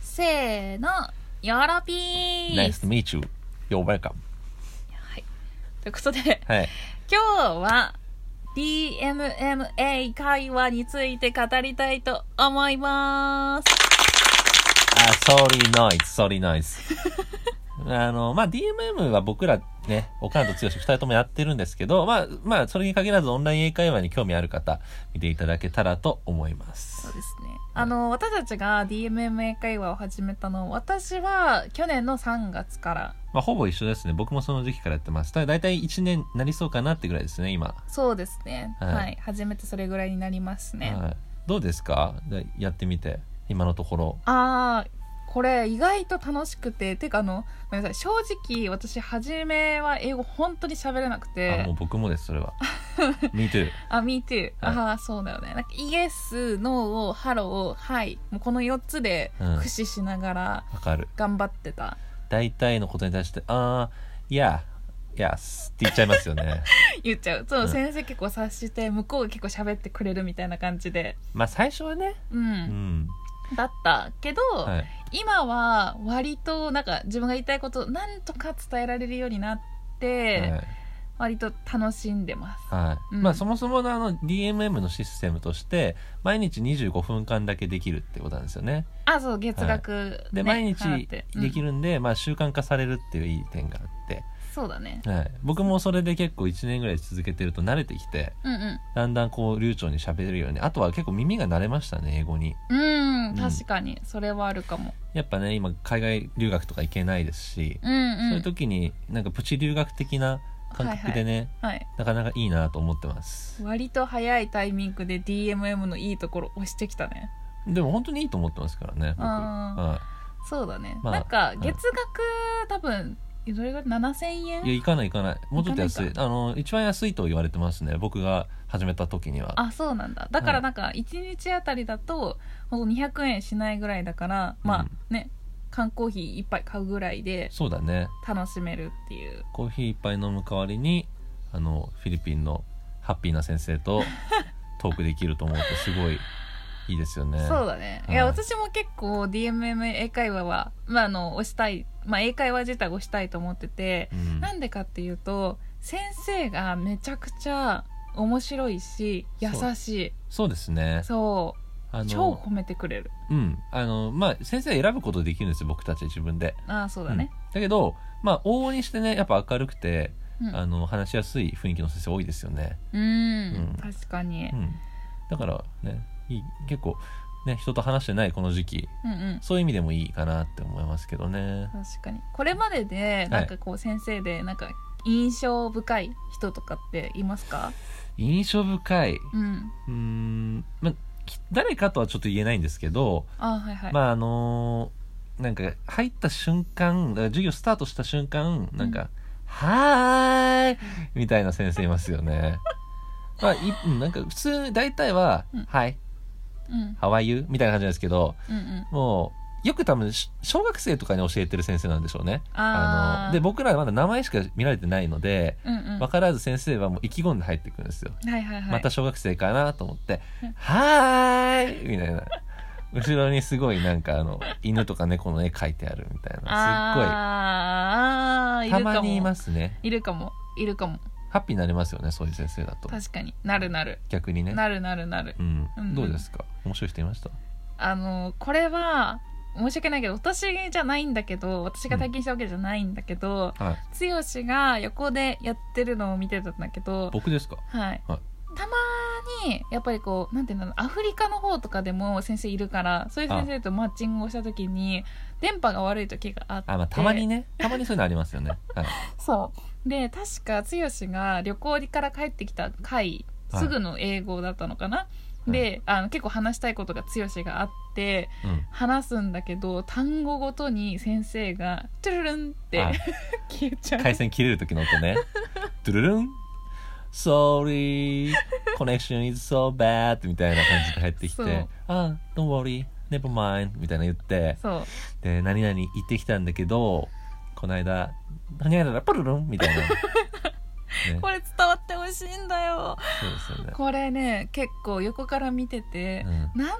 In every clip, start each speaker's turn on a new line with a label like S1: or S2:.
S1: せーの、ヨーロピース、
S2: Nice to meet you. You're welcome.
S1: はい。ということで、
S2: はい。
S1: 今日は DMMA 会話について語りたいと思います。
S2: あ、sorry noise, sorry noise. あの、まあ、DMM は僕らね、岡野と剛二人ともやってるんですけど、まあ、まあ、それに限らずオンライン英会話に興味ある方、見ていただけたらと思いま
S1: そう
S2: す。
S1: ですね。あの、私たちが DMMA 会話を始めたの、私は去年の3月から、
S2: まあ、ほぼ一緒ですね。僕もその時期からやってます。ただ、だいたい1年なりそうかなってぐらいですね、今。
S1: そうですね。
S2: はい
S1: はい。初めてそれぐらいになりますね。
S2: はい、どうですかでやってみて、今のところ。
S1: あーこれ意外と楽しくててかあのごめんなさい正直私初めは英語本当に喋れなく
S2: あ、もう
S1: て
S2: 僕もです、それは。Me too.
S1: あ Me too、
S2: はい
S1: ああそうだよねなんかイエスノーをハローはいもうこの4つで
S2: うん
S1: 駆使しながら
S2: わかる。
S1: 頑張ってた、
S2: 大体のことに対して、あー、yeah, yes って言っちゃいますよ ね。
S1: 言っちゃうそう、
S2: うん
S1: 先生結構察して向こうが結構喋ってくれるみたいな感じで
S2: まあ、最初はね、
S1: うん、
S2: うん。
S1: だったけど、
S2: はい。
S1: 今は割となんか自分が言いたいことをなんとか伝えられるようになって、
S2: はい
S1: 割と楽しんでます
S2: はい
S1: うん
S2: まあ、そもそものあの DMM のシステムとして毎日25分間だけできるってことなんですよね
S1: あそう月額、
S2: で、
S1: ね
S2: 毎
S1: 払っ
S2: 日
S1: て
S2: でき
S1: うん
S2: るんで、まあ、習慣化されるっていういい点があっ
S1: そうだね
S2: て、はい、僕もそれで結構1年ぐらい続けてると慣れてきて
S1: うんうん
S2: だんだんこう流暢に喋れるようにあとは結構耳が慣れましたね英語に
S1: うん、
S2: うん
S1: 確かにそれはあるかも
S2: やっぱね今海外留学とか行けないですし、
S1: うんうん
S2: そういう時になんかプチ留学的な感覚でね、
S1: はい、
S2: なかなかいいなと思ってます
S1: 割と早いタイミングで DMM のいいところ押してきたね
S2: でも本当にいいと思ってますからね僕、
S1: あー
S2: はい
S1: そうだね、
S2: まあ
S1: なんか
S2: うん
S1: 月額、多分どれぐらい7000円
S2: いや行かない行かないもうちょっと安い
S1: 行
S2: あの一番安いと言われてますね僕が始めた時には
S1: あそうなんだだか
S2: は
S1: ら
S2: い
S1: なんか1日あたりだとほんと200円しないぐらいだから、まあね缶コーヒー1杯買うぐらいで
S2: そうだね
S1: 楽しめるっていう
S2: コーヒー一杯飲む代わりにあのフィリピンのハッピーな先生 とトークできると思うとすごいいいですよね
S1: そうだね。い
S2: は
S1: や、
S2: い
S1: 私も結構 DMM 英会話は、まあ、あの、押したい、まあ、英会話自体をしたいと思ってて、
S2: うん
S1: なんでかっていうと、先生がめちゃくちゃ面白いし、優しい。
S2: そうですね
S1: そ
S2: あ
S1: う。超
S2: の
S1: 褒めてくれる。
S2: うんあのまあ先生選ぶことできるんですよ僕たち自分で
S1: ああ、そうだね。
S2: うんだけどまあ往々にしてねやっぱ明るくて、
S1: うん。
S2: あの話しやすい雰囲気の先生多いですよね
S1: うん
S2: うん
S1: 確かに
S2: う。ん、だからねいい結構ね人と話してないこの時期
S1: うんうん。
S2: そういう意味でもいいかなって思いますけどね
S1: 確かに。これまでで、なんかこう、先生で、なんか、印象深い人とかっていますか
S2: 印象深いう
S1: うん。
S2: うーん、まあ、き誰かとはちょっと言えないんですけど、
S1: ああ、はいはい。
S2: まああのーなんか入った瞬間だから授業スタートした瞬間なんか「
S1: うん
S2: はーい」みたいな先生いますよね。まあ、いうんなんか普通大体は
S1: うん
S2: 「はい
S1: うん。
S2: ハワイ you」みたいな感じなんですけど
S1: うんうん。
S2: もうよく多分し小学生とかに教えてる先生なんでしょうね。あ
S1: あ
S2: の
S1: あ。
S2: で、僕らはまだ名前しか見られてないので
S1: うんうん。
S2: 分からず先生はもう意気込んで入ってくるんですよ、
S1: はいはいはい。
S2: また小学生かなと思 って
S1: うん
S2: 「はーい!」みたいな後ろにすごいなんかあの犬とか猫の絵描いてあるみたいな
S1: あー
S2: すっ
S1: い
S2: ごいた
S1: るかも
S2: まにいますね
S1: いるかもいるかも
S2: ハッピーになりますよねそういう先生だと
S1: 確かになるなる、
S2: 逆にね
S1: なるなるなる
S2: うん
S1: うん
S2: どうですか面白い人いました
S1: あのこれは申し訳ないけど私じゃないんだけど私が体験したわけじゃないんだけど、
S2: はい
S1: 剛が横でやってるのを見てたんだけど
S2: 僕ですか
S1: はい、
S2: はい
S1: たまにやっぱりこうなんていうんだろうアフリカの方とかでも先生いるからそういう先生とマッチングをした時に電波が悪い時があって
S2: あ、まあ、たまにねたまにそういうのありますよね、はい、
S1: そうで確か剛が旅行から帰ってきた回
S2: はい
S1: すぐの英語だったのかな、
S2: い
S1: であの結構話したいことが剛があって
S2: うん
S1: 話すんだけど単語ごとに先生が「トゥルルン」って
S2: あ
S1: 消えちゃう
S2: 回線切れる時の 音ね。ドゥルルン Sorry, connection is so bad みたいな感じで入ってき
S1: そ
S2: て
S1: う、
S2: あ、don't worry, never mind みたいな言って、
S1: そう
S2: で、何々言ってきたんだけど、この間、何々だ、ポルルンみた いな。ね、
S1: これ伝わってほしいんだよ
S2: そうですよね。
S1: これね結構横から見てて、
S2: うん
S1: なん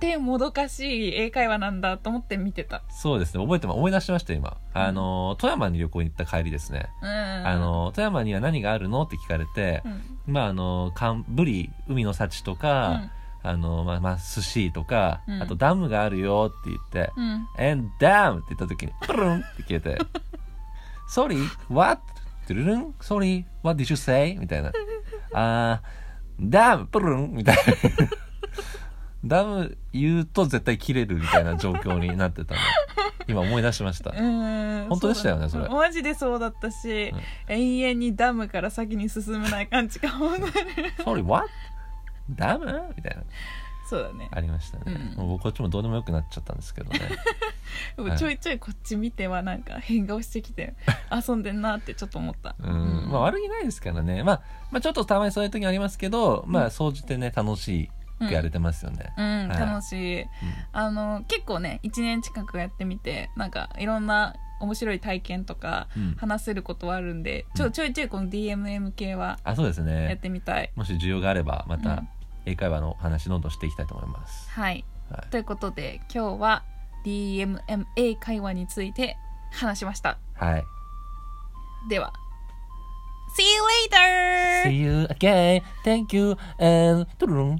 S1: てもどかしい英会話なんだと思って見てた
S2: そうですね覚えてます思い出しました今あの富山に旅行に行った帰りですね、
S1: うん
S2: あの富山には何があるのって聞かれて、
S1: うん
S2: まああのかんブリ海の幸とか、あのまあまあ寿司とか、
S1: うん
S2: あとダムがあるよって言って
S1: うんうん
S2: 「and dam」って言った時にプルンって消えて 「sorry what トゥルルン sorry what did you say?」みたいな「あーダムプルン」みたいな ダム言うと絶対切れるみたいな状況になってたの今思い出しました
S1: うん
S2: 本当でしたよね
S1: うだ
S2: それ
S1: マジでそうだったし、
S2: うん
S1: 永遠にダムから先に進めない感じが本当に
S2: 「sorry what? ダム?」みたいな
S1: そうだね、
S2: ありましたね、
S1: うん
S2: もうこっちもどうでもよくなっちゃったんですけどね
S1: でもちょいちょいこっち見てはなんか変顔してき て遊んでんなってちょっと思った
S2: うん、まあ悪気ないですからね、まあ、まあちょっとたまにそういう時ありますけどまあ総じてね楽しくやれてますよね、
S1: うん、
S2: はい
S1: 楽しいあの結構ね1年近くやってみてなんかいろんな面白い体験とか
S2: うんうん
S1: 話せることはあるんで、ち
S2: う
S1: ょ
S2: ん
S1: ちょいちょいこの DMM 系は
S2: あそうです
S1: やっ
S2: ね
S1: てみたい、
S2: もし需要があればま
S1: う
S2: た
S1: ん
S2: 英会話の話どんどんしていきたいと思います、
S1: はい
S2: はい
S1: ということで今日は DMMA 会話について話しました
S2: はい、
S1: では See you later!
S2: See you again thank you and トゥルルン